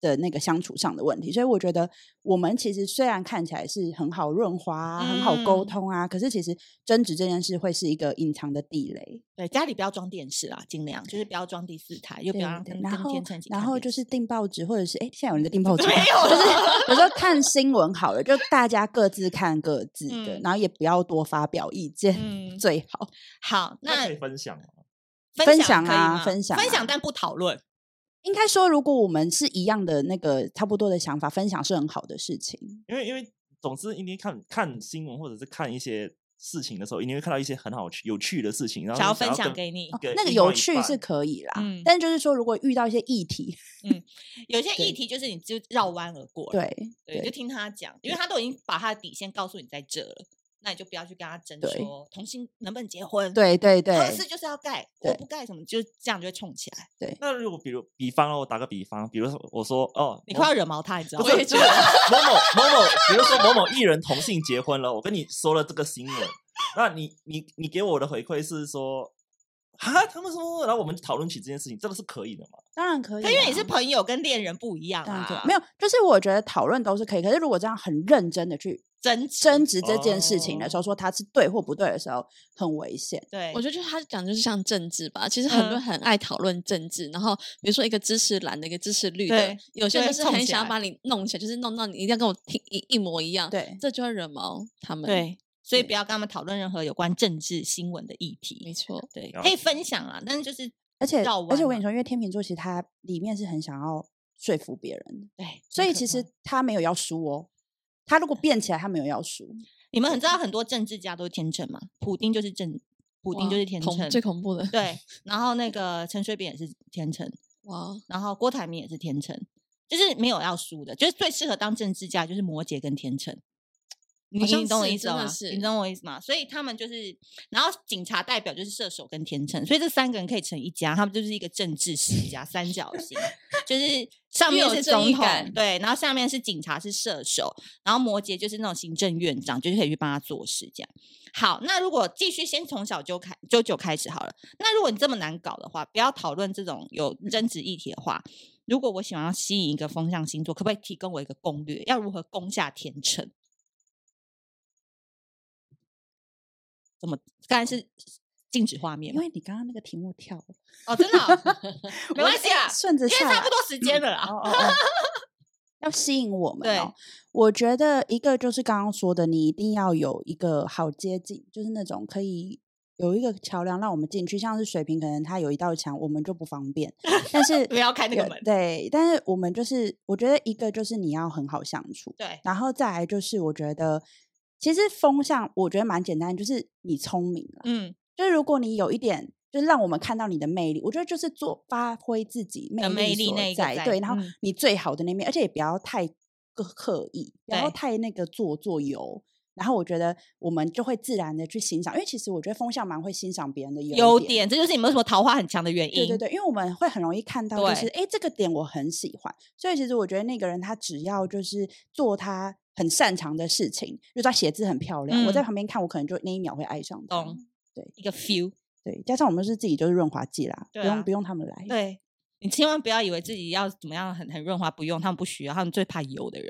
Speaker 4: 的那个相处上的问题，所以我觉得我们其实虽然看起来是很好润滑、啊、很好沟
Speaker 1: 嗯
Speaker 4: 通啊，可是其实争执这件事会是一个隐藏的地雷。
Speaker 1: 对，家里不要装电视啦，尽量就是不要装第四台，又不
Speaker 4: 对
Speaker 1: 要让
Speaker 4: 对
Speaker 1: 跟
Speaker 4: 然
Speaker 1: 跟
Speaker 4: 后
Speaker 1: 天秤一起
Speaker 4: 然
Speaker 1: 看
Speaker 4: 后
Speaker 1: 电
Speaker 4: 就
Speaker 1: 视
Speaker 4: 是订报纸，或者是哎，现在有人在订报纸吗，
Speaker 1: 没有
Speaker 4: 就是有时候看新闻好了，就大家各自看各自的，
Speaker 1: 嗯
Speaker 4: 然后也不要多发表意见，
Speaker 1: 嗯
Speaker 4: 最好。
Speaker 1: 好，那
Speaker 3: 可以分享吗
Speaker 4: 分
Speaker 1: 享
Speaker 4: 享
Speaker 1: 可以
Speaker 4: 啊
Speaker 1: 吗
Speaker 4: 分享
Speaker 1: 分
Speaker 4: 啊
Speaker 1: 享，但不讨论。
Speaker 4: 应该说，如果我们是一样的那个差不多的想法，分享是很好的事情。
Speaker 3: 因为因为总之，一定看看新闻或者是看一些事情的时候，一定会看到一些很好有趣的事情，然后
Speaker 1: 想要
Speaker 3: 你
Speaker 1: 分享
Speaker 3: 跟
Speaker 1: 给你
Speaker 4: 哦
Speaker 3: 跟
Speaker 4: 那个
Speaker 3: 另外
Speaker 4: 有
Speaker 3: 一
Speaker 4: 趣
Speaker 3: 半
Speaker 4: 是可以啦，
Speaker 1: 嗯
Speaker 4: 但就是说，如果遇到一些议题，
Speaker 1: 有些议
Speaker 4: 对
Speaker 1: 题就是你就绕弯而过了，
Speaker 4: 对
Speaker 1: 对，就
Speaker 4: 对
Speaker 1: 听他讲，因为他都已经把他的底线告诉你在这了，那你就不要去跟他争
Speaker 4: 对
Speaker 1: 说同性能不能结婚，，
Speaker 4: 对对
Speaker 1: 他
Speaker 4: 对
Speaker 1: 的事就是要盖，我
Speaker 4: 对
Speaker 1: 不盖什么，就这样就会冲起来，
Speaker 3: 那如果比如比方哦，我打个比方，比如说我说哦，
Speaker 1: 你
Speaker 3: 某
Speaker 1: 快要惹毛他，你知道
Speaker 3: 不
Speaker 1: 吗？ [LAUGHS]
Speaker 3: 是 [LAUGHS] 某某某某，比如说某某艺人同性结婚了，我跟你说了这个新闻，那你你你给我的回馈是说。啊，他们说，然后我们讨论起这件事情，这个是可以的嘛？
Speaker 4: 当然可以
Speaker 1: 可
Speaker 4: 啦。
Speaker 1: 因为你是朋友跟恋人不一样
Speaker 4: 啊当然可
Speaker 1: 啊
Speaker 4: 以，，没有，就是我觉得讨论都是可以，可是如果这样很认真的去
Speaker 1: 争执
Speaker 4: 争执这件事情的时候，
Speaker 3: 哦
Speaker 4: 说他是对或不对的时候，很危险。
Speaker 1: 对，
Speaker 2: 我觉得就是他讲就是像政治吧，其实很多
Speaker 1: 嗯
Speaker 2: 人很爱讨论政治，然后比如说一个支持蓝的，一个支持绿的
Speaker 1: 对，
Speaker 2: 有些人
Speaker 1: 就会
Speaker 2: 就是
Speaker 1: 冲
Speaker 2: 很
Speaker 1: 起
Speaker 2: 想要
Speaker 1: 来
Speaker 2: 把你弄起来，就是弄到你一定要跟我听一一模一样，，
Speaker 4: 对，
Speaker 2: 这就会惹毛他们，，
Speaker 1: 对，所以不要跟他们讨论任何有关政治新闻的议
Speaker 2: 没
Speaker 1: 题。
Speaker 2: 错，
Speaker 1: 对
Speaker 3: 了，
Speaker 1: 可以
Speaker 3: 解
Speaker 1: 分享啦，但是就是
Speaker 4: 而且
Speaker 1: 绕
Speaker 4: 而且我
Speaker 1: 弯
Speaker 4: 跟你说，因为天秤座其实他里面是很想要说服别人的，
Speaker 1: 对，
Speaker 4: 所
Speaker 1: 很
Speaker 4: 以
Speaker 1: 可
Speaker 4: 其实
Speaker 1: 怕
Speaker 4: 他没有要输哦。他如果变起来，他没有要输。
Speaker 1: 你们很知道很多政治家都是天秤嘛，普丁就是政，普丁就
Speaker 2: 哇
Speaker 1: 是天
Speaker 2: 恐
Speaker 1: 秤，
Speaker 2: 最恐怖的，
Speaker 4: [LAUGHS]
Speaker 1: 对，然后那个陈水扁也是天秤，
Speaker 2: 哇，
Speaker 1: 然后郭台铭也是天秤，就是没有要输的，就是最适合当政治家就是摩羯跟天秤。你
Speaker 2: 好像
Speaker 1: 你懂我
Speaker 2: 是
Speaker 1: 意思
Speaker 2: 真的
Speaker 1: 吗？
Speaker 2: 是
Speaker 1: 你懂我意思吗？所以他们就是，然后警察代表就是射手跟天秤，所以这三个人可以成一家，他们就是一个政治世家三角形，就是上
Speaker 2: 又
Speaker 1: 面
Speaker 2: 有
Speaker 1: 是
Speaker 2: 正
Speaker 1: 总
Speaker 2: 义
Speaker 1: 统
Speaker 2: 感
Speaker 1: 对，然后下面是警察是射手，然后摩羯就是那种行政院长，就是可以去帮他做事这样。好，那如果继续先从小就开就九开始好了。那如果你这么难搞的话，不要讨论这种有争执议题的话。如果我想要吸引一个风象星座，可不可以提供我一个攻略？要如何攻下天秤？怎么？刚才是静止画面
Speaker 4: 因
Speaker 1: 吗？
Speaker 4: 为你刚刚那个题目跳了，
Speaker 1: 哦，真的哦、没
Speaker 4: 我
Speaker 1: 关系
Speaker 4: 哎
Speaker 1: 啊，
Speaker 4: 顺着
Speaker 1: 因为
Speaker 4: 下
Speaker 1: 差
Speaker 4: 来
Speaker 1: 不。多时间了啦。
Speaker 4: 哦哦哦要吸引我们、
Speaker 1: 对
Speaker 4: 哦，我觉得一个就是刚刚说的，你一定要有一个好接近，就是那种可以有一个桥梁让我们进去，像是水瓶，可能它有一道墙，我们就不方
Speaker 1: [LAUGHS]
Speaker 4: 便，但是
Speaker 1: 不要开那个
Speaker 4: 有
Speaker 1: 门
Speaker 4: 对，但是我们就是，我觉得一个就是你要很好相处，
Speaker 1: 对，
Speaker 4: 然后再来就是我觉得其实风向我觉得蛮简单，就是你聪明了，
Speaker 1: 嗯，
Speaker 4: 就是如果你有一点，就是让我们看到你的魅力，我觉得就是做发挥自己
Speaker 1: 的魅力
Speaker 4: 所
Speaker 1: 那一个
Speaker 4: 在，
Speaker 1: 在
Speaker 4: 对，然后
Speaker 1: 嗯
Speaker 4: 你最好的那面，而且也不要太刻刻意，不要
Speaker 1: 对
Speaker 4: 太那个做作油。然后我觉得我们就会自然的去欣赏，因为其实我觉得风向蛮会欣赏别人的
Speaker 1: 优
Speaker 4: 点。
Speaker 1: 点，这就是你们为什么桃花很强的原因。
Speaker 4: 对对对，因为我们会很容易看到，就是哎，诶这个点我很喜欢，所以其实我觉得那个人他只要就是做他很擅长的事情，比如说他写字很漂亮，我在
Speaker 1: 嗯
Speaker 4: 旁边看，我可能就那一秒会爱上他。
Speaker 1: 懂
Speaker 4: 对
Speaker 1: 一个 feel。
Speaker 4: 对，加上我们是自己就是润滑剂啦，
Speaker 1: 对
Speaker 4: 不
Speaker 1: 啊
Speaker 4: 用不用他们来。
Speaker 1: 对你千万不要以为自己要怎么样很很润滑，不用他们不需要，他们最怕油的人。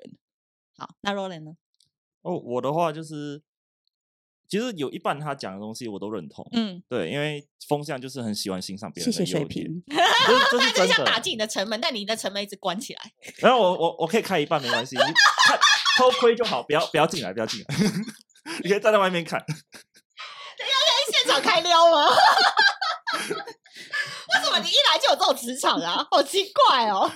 Speaker 1: 好，那 Roland 呢？
Speaker 3: 哦，我的话就是，其实有一半他讲的东西我都认同，
Speaker 1: 嗯，
Speaker 3: 对，因为风向就是很喜欢欣赏别
Speaker 4: 谢
Speaker 3: 人
Speaker 4: 谢
Speaker 3: 的
Speaker 4: 水
Speaker 3: 优点，
Speaker 4: 瓶，
Speaker 3: 这
Speaker 1: 他
Speaker 3: 是
Speaker 1: 就
Speaker 3: [LAUGHS] 这是
Speaker 1: 想
Speaker 3: 真
Speaker 1: 打
Speaker 3: 的。
Speaker 1: 进你的城门，但你的城门一直关起来。
Speaker 3: 然后我我我可以开一半没关系，你 [LAUGHS] 看偷窥就好，不要不要进来，不要进来， [LAUGHS] 你可以站在外面看。
Speaker 1: 现场开撩吗？ [LAUGHS] 为什么你一来就有这种磁场啊？好奇怪哦。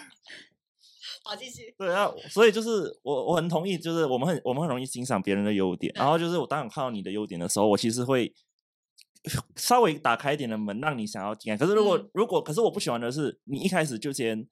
Speaker 1: 好，继续。
Speaker 3: 对啊，所以就是我我很同意，就是我们很我们很容易欣赏别人的优点，然后就是我当我看到你的优点的时候，我其实会稍微打开一点的门，让你想要进来。可是如果、
Speaker 1: 嗯
Speaker 3: 如果可是我不喜欢的是，你一开始就先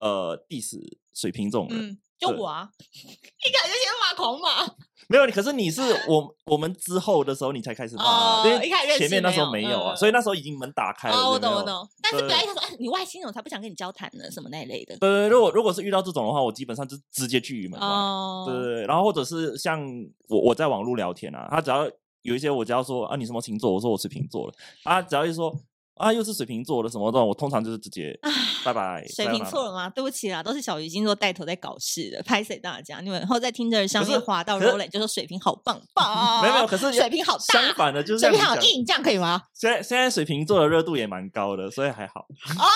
Speaker 3: 呃 diss 水瓶这种人，
Speaker 1: 嗯，就
Speaker 3: 对
Speaker 1: 我啊，一感觉先骂狂骂。
Speaker 3: 没有，可是你是我我们之后的时候你才开始骂啊、
Speaker 1: 哦
Speaker 3: 因为
Speaker 1: 一开始认
Speaker 3: 前面
Speaker 1: 识
Speaker 3: 那时候
Speaker 1: 没
Speaker 3: 没
Speaker 1: 有
Speaker 3: 有啊，
Speaker 1: 嗯
Speaker 3: 所以那时候已经门打开了。
Speaker 1: 哦，我
Speaker 3: 有没
Speaker 1: 懂，我
Speaker 3: 有。
Speaker 1: 懂。但是不要
Speaker 3: 对
Speaker 1: 一开始说，哎，你外星人，我才不想跟你交谈呢，什么那一类的。
Speaker 3: 对对，对如果如果是遇到这种的话，我基本上就直接拒于门外。
Speaker 1: 哦，
Speaker 3: 对对对，然后或者是像我我在网络聊天啊，他只要有一些我只要说啊你什么星座，我说我水瓶座的，啊只要一说啊又是水瓶座的什么的，我通常就是直接拜拜。
Speaker 1: 水
Speaker 3: 再
Speaker 1: 瓶
Speaker 3: 见
Speaker 1: 座了吗？对不起啦，都是小鱼星座带头在搞事的，拍谁大家？你们以后在听着上
Speaker 3: 可
Speaker 1: 面
Speaker 3: 是
Speaker 1: 滑到
Speaker 3: 可是
Speaker 1: Roland 就说水瓶好棒棒，
Speaker 3: 没有没有，可是
Speaker 1: 哦水瓶好大，啊
Speaker 3: 相反的，就是
Speaker 1: 水
Speaker 3: 像
Speaker 1: 瓶
Speaker 3: 你
Speaker 1: 好
Speaker 3: 讲
Speaker 1: 硬，这样可以吗？
Speaker 3: 现在现在水瓶座的热度也蛮高的，所以还好。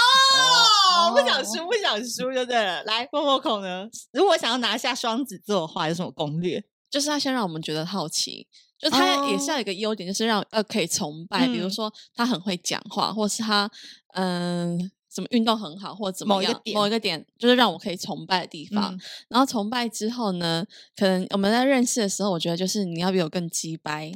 Speaker 1: 哦，不想输，不想输就对了。来，默默孔呢？如果想要拿下双子座的话，有什么攻略？
Speaker 2: 就是要先让我们觉得好奇，就他也是要有一个优点，就是让呃可以崇拜，比如
Speaker 1: 哦嗯
Speaker 2: 说他很会讲话，或是他嗯、什么运动很好，或者怎
Speaker 1: 某
Speaker 2: 么
Speaker 1: 一个
Speaker 2: 样，某一个点就是让我可以崇拜的地方。
Speaker 1: 嗯
Speaker 2: 然后崇拜之后呢，可能我们在认识的时候，我觉得就是你要比我更鸡掰。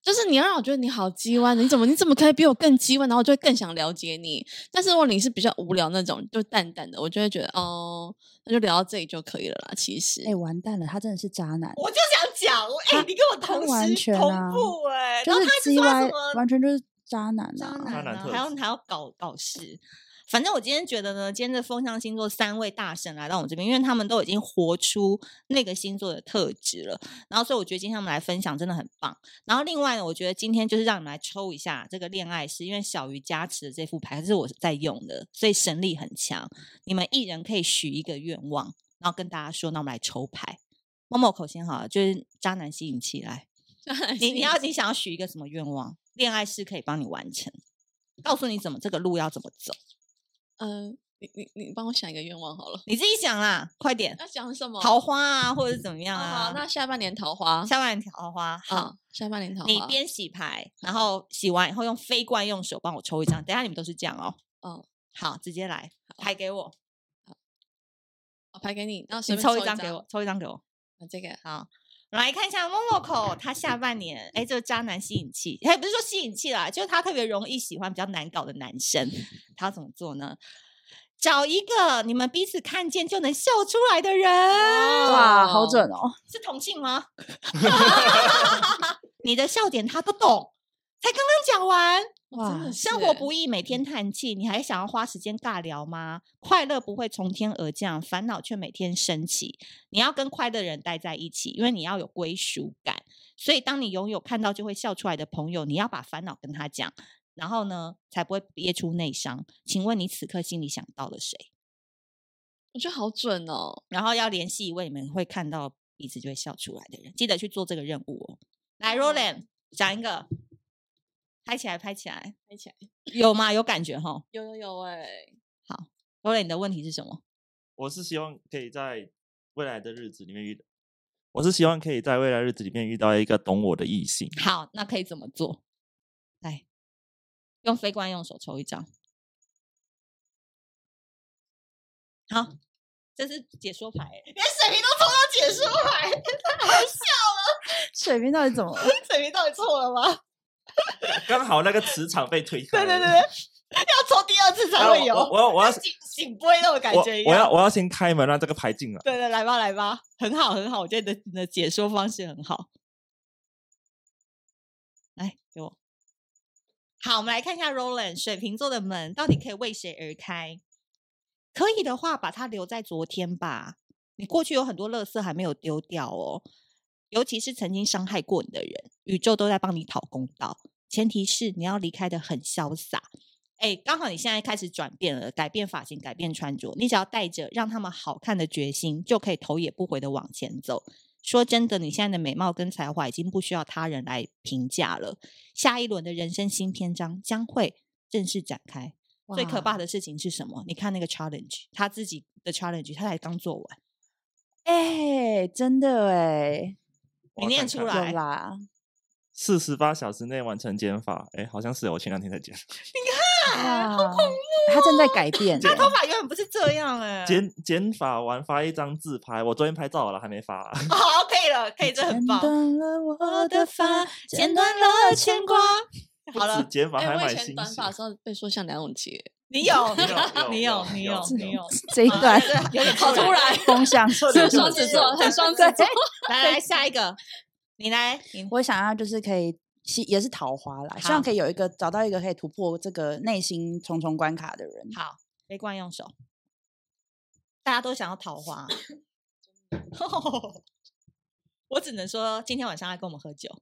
Speaker 2: 就是你要让我觉得你好鸡歪的，你怎么你怎么可以比我更鸡歪？然后我就会更想了解你。但是如果你是比较无聊那种，就淡淡的，我就会觉得哦，那就聊到这里就可以了啦。其实， [LAUGHS]
Speaker 4: 哎、完蛋了，他真的是渣男，
Speaker 1: 我就想讲，哎，你跟我
Speaker 4: 他
Speaker 1: 同
Speaker 4: 完
Speaker 1: 时
Speaker 4: 全
Speaker 1: 同
Speaker 4: 啊
Speaker 1: 步，哎，
Speaker 4: 就
Speaker 1: 然后
Speaker 4: 是
Speaker 1: 他一直
Speaker 4: G
Speaker 1: 说他
Speaker 4: Y，
Speaker 1: 什么
Speaker 4: 完全就是渣男
Speaker 1: 渣
Speaker 4: 啊！
Speaker 1: 男
Speaker 3: 男
Speaker 1: 啊，
Speaker 3: 特
Speaker 1: 还要
Speaker 3: 质
Speaker 1: 还要搞搞事。反正我今天觉得呢，今天这风象星座三位大神来到我们这边，因为他们都已经活出那个星座的特质了。然后，所以我觉得今天他们来分享真的很棒。然后，另外呢，我觉得今天就是让你们来抽一下这个恋爱师，因为小鱼加持的这副牌是我在用的，所以神力很强。你们一人可以许一个愿望，然后跟大家说，那我们来抽牌。某某口先好了，就是渣男吸引器来。
Speaker 2: [LAUGHS]
Speaker 1: 你你要你想要许一个什么愿望？恋爱是可以帮你完成，告诉你怎么这个路要怎么走，
Speaker 2: 嗯，你你你帮我想一个愿望好了，
Speaker 1: 你自己想啦，快点，
Speaker 2: 要讲什么？
Speaker 1: 桃花啊，或者是怎么样
Speaker 2: 啊
Speaker 1: 啊？
Speaker 2: 好，那下半年桃花，
Speaker 1: 下半年桃花好。
Speaker 2: 啊，下半年桃花，
Speaker 1: 你边洗牌，然后洗完以后用飞罐用手帮我抽一张。等一下你们都是这样哦。
Speaker 2: 哦，
Speaker 1: 好，直接来，牌给我，
Speaker 2: 我拍给你，然后
Speaker 1: 你
Speaker 2: 随便
Speaker 1: 抽
Speaker 2: 一
Speaker 1: 一张给我，抽一张给我。
Speaker 2: 啊这个
Speaker 1: 好，我们来看一下 Momoko，他下半年哎，这个渣男吸引器，哎，不是说吸引器啦，就是他特别容易喜欢比较难搞的男生，他要怎么做呢？找一个你们彼此看见就能笑出来的人，
Speaker 4: 哇，好
Speaker 2: 哦
Speaker 1: [LAUGHS]
Speaker 4: 准哦！
Speaker 1: 是同性吗？你的笑点他都懂，才刚刚讲完。
Speaker 2: 哇真的
Speaker 1: 生活
Speaker 2: 是
Speaker 1: 不易，每天叹气，你还想要花时间尬聊吗？快乐不会从天而降，烦恼却每天升起。你要跟快乐的人待在一起，因为你要有归属感。所以，当你拥有看到就会笑出来的朋友，你要把烦恼跟他讲，然后呢，才不会憋出内伤。请问你此刻心里想到了谁？
Speaker 2: 我觉得好准哦，
Speaker 1: 然后要联系一位你们会看到彼此就会笑出来的人，记得去做这个任务哦。来，Roland 讲一个，拍起来，拍起来，
Speaker 2: 拍起来，
Speaker 1: 有吗？有感觉哈
Speaker 2: 有有有哎、
Speaker 1: ？Roland，你的问题是什么？ [LAUGHS]
Speaker 3: 我是希望可以在未来的日子里面遇到，我是希望可以在未来日子里面遇到一个懂我的异性。
Speaker 1: 好，那可以怎么做？来，用飞官用手抽一张。好，这是解说牌欸，连水瓶都抽到解说牌，太好笑
Speaker 4: 水瓶到底怎么了？
Speaker 1: 了！水瓶到底错了吗？
Speaker 3: 刚好那个磁场被推
Speaker 5: 对
Speaker 3: 开了。
Speaker 5: 对对
Speaker 1: [LAUGHS]
Speaker 3: [LAUGHS]
Speaker 5: 对，要抽第二次才
Speaker 3: 啊
Speaker 5: 会有，
Speaker 3: 我我要我要
Speaker 5: 醒醒杯那种感
Speaker 3: 我
Speaker 5: 觉一
Speaker 3: 我
Speaker 5: 样
Speaker 3: 要。我要先开门让这个牌进来。
Speaker 1: 对对，来吧来吧，很好很好，我觉得你的你的解说方式很好。来，给我。好，我们来看一下 Roland 水瓶座的门到底可以为谁而开？可以的话，把它留在昨天吧。你过去有很多垃圾还没有丢掉哦，尤其是曾经伤害过你的人，宇宙都在帮你讨公道。前提是你要离开的很潇洒。哎，刚好你现在开始转变了，改变发型，改变穿着，你只要带着让他们好看的决心，就可以头也不回的往前走。说真的，你现在的美貌跟才华已经不需要他人来评价了。下一轮的人生新篇章将会正式展开。 [LAUGHS] 最可怕的事情是什么？你看那个 challenge，他自己的 challenge，他才刚做完。
Speaker 4: 哎、真的哎、
Speaker 1: 你念出
Speaker 4: 有
Speaker 1: 来，
Speaker 4: 啦，
Speaker 3: 四十八小时内完成减法，哎，好像是我前两天才减，
Speaker 1: 哎
Speaker 4: 哇，他正在改
Speaker 1: [LAUGHS]
Speaker 4: 变欸，
Speaker 1: 哦头发永远不是这样
Speaker 2: 嗯
Speaker 1: 哎、
Speaker 3: 减减法完发一张自拍，我昨天拍照好了还没发、
Speaker 1: 好，哦可以了，可以，这很
Speaker 4: 剪
Speaker 1: 棒。
Speaker 4: 断了我的发，剪断了
Speaker 1: 了
Speaker 4: 牵挂。
Speaker 1: 好
Speaker 3: [LAUGHS]
Speaker 1: 了，
Speaker 3: 减法
Speaker 2: 哎、
Speaker 3: 还
Speaker 2: 我
Speaker 3: 买
Speaker 2: 以前
Speaker 3: 新
Speaker 2: 短发的
Speaker 3: 鞋
Speaker 2: 时候被说像梁咏琪，
Speaker 1: 你 [LAUGHS] 有，你有，
Speaker 3: 有
Speaker 1: 你有，你
Speaker 3: 有
Speaker 1: 有，你有。
Speaker 4: 这一
Speaker 1: 啊
Speaker 4: 段
Speaker 1: 这有点
Speaker 2: 好
Speaker 1: 突
Speaker 2: 突
Speaker 1: 然。
Speaker 2: 然
Speaker 4: 风向是
Speaker 2: 很 [LAUGHS] 双子座，很双子座，
Speaker 1: [LAUGHS] 来来，下一个，你来，你
Speaker 4: 我想要就是可以希，也是桃花啦，希
Speaker 1: 好
Speaker 4: 望可以有一个找到一个可以突破这个内心重重关卡的人。
Speaker 1: 好，非惯用手。大家都想要桃花，我只能说今天晚上要跟我们喝酒，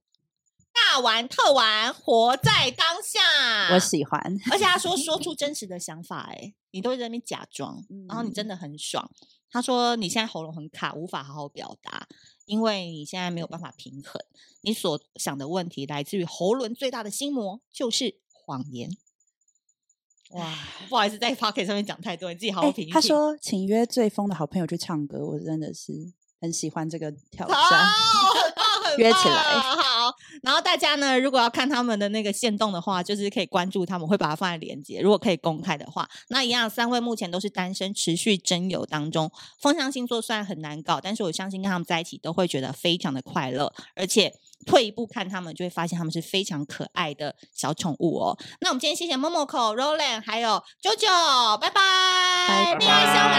Speaker 1: 大玩特玩，活在当下。
Speaker 4: 我喜欢，
Speaker 1: 而且他说
Speaker 4: [LAUGHS]
Speaker 1: 说出真实的想法、欸，你都在那边假装，然后你
Speaker 4: 嗯
Speaker 1: 真的很爽。他说你现在喉咙很卡，无法好好表达，因为你现在没有办法平衡。你所想的问题来自于喉轮最大的心魔就是谎言。哇，不好意思，在 Pocket 上面讲太多，你自己好好
Speaker 4: 哎
Speaker 1: 品一品。
Speaker 4: 他说请约最疯的好朋友去唱歌，我真的是很喜欢这个挑
Speaker 1: 好，
Speaker 4: 战。
Speaker 1: 很棒，很
Speaker 4: 约起
Speaker 1: 棒
Speaker 4: 来
Speaker 1: 好，然后大家呢，如果要看他们的那个线动的话，就是可以关注他们，会把它放在链接。如果可以公开的话，那一样，三位目前都是单身，持续征友当中。风象星座虽然很难搞，但是我相信跟他们在一起都会觉得非常的快乐，而且。退一步看他们，就会发现他们是非常可爱的小宠物哦。那我们今天谢谢 Momo 口、Roland 还有 JoJo，拜拜，
Speaker 4: 拜
Speaker 1: 恋爱小
Speaker 3: 拜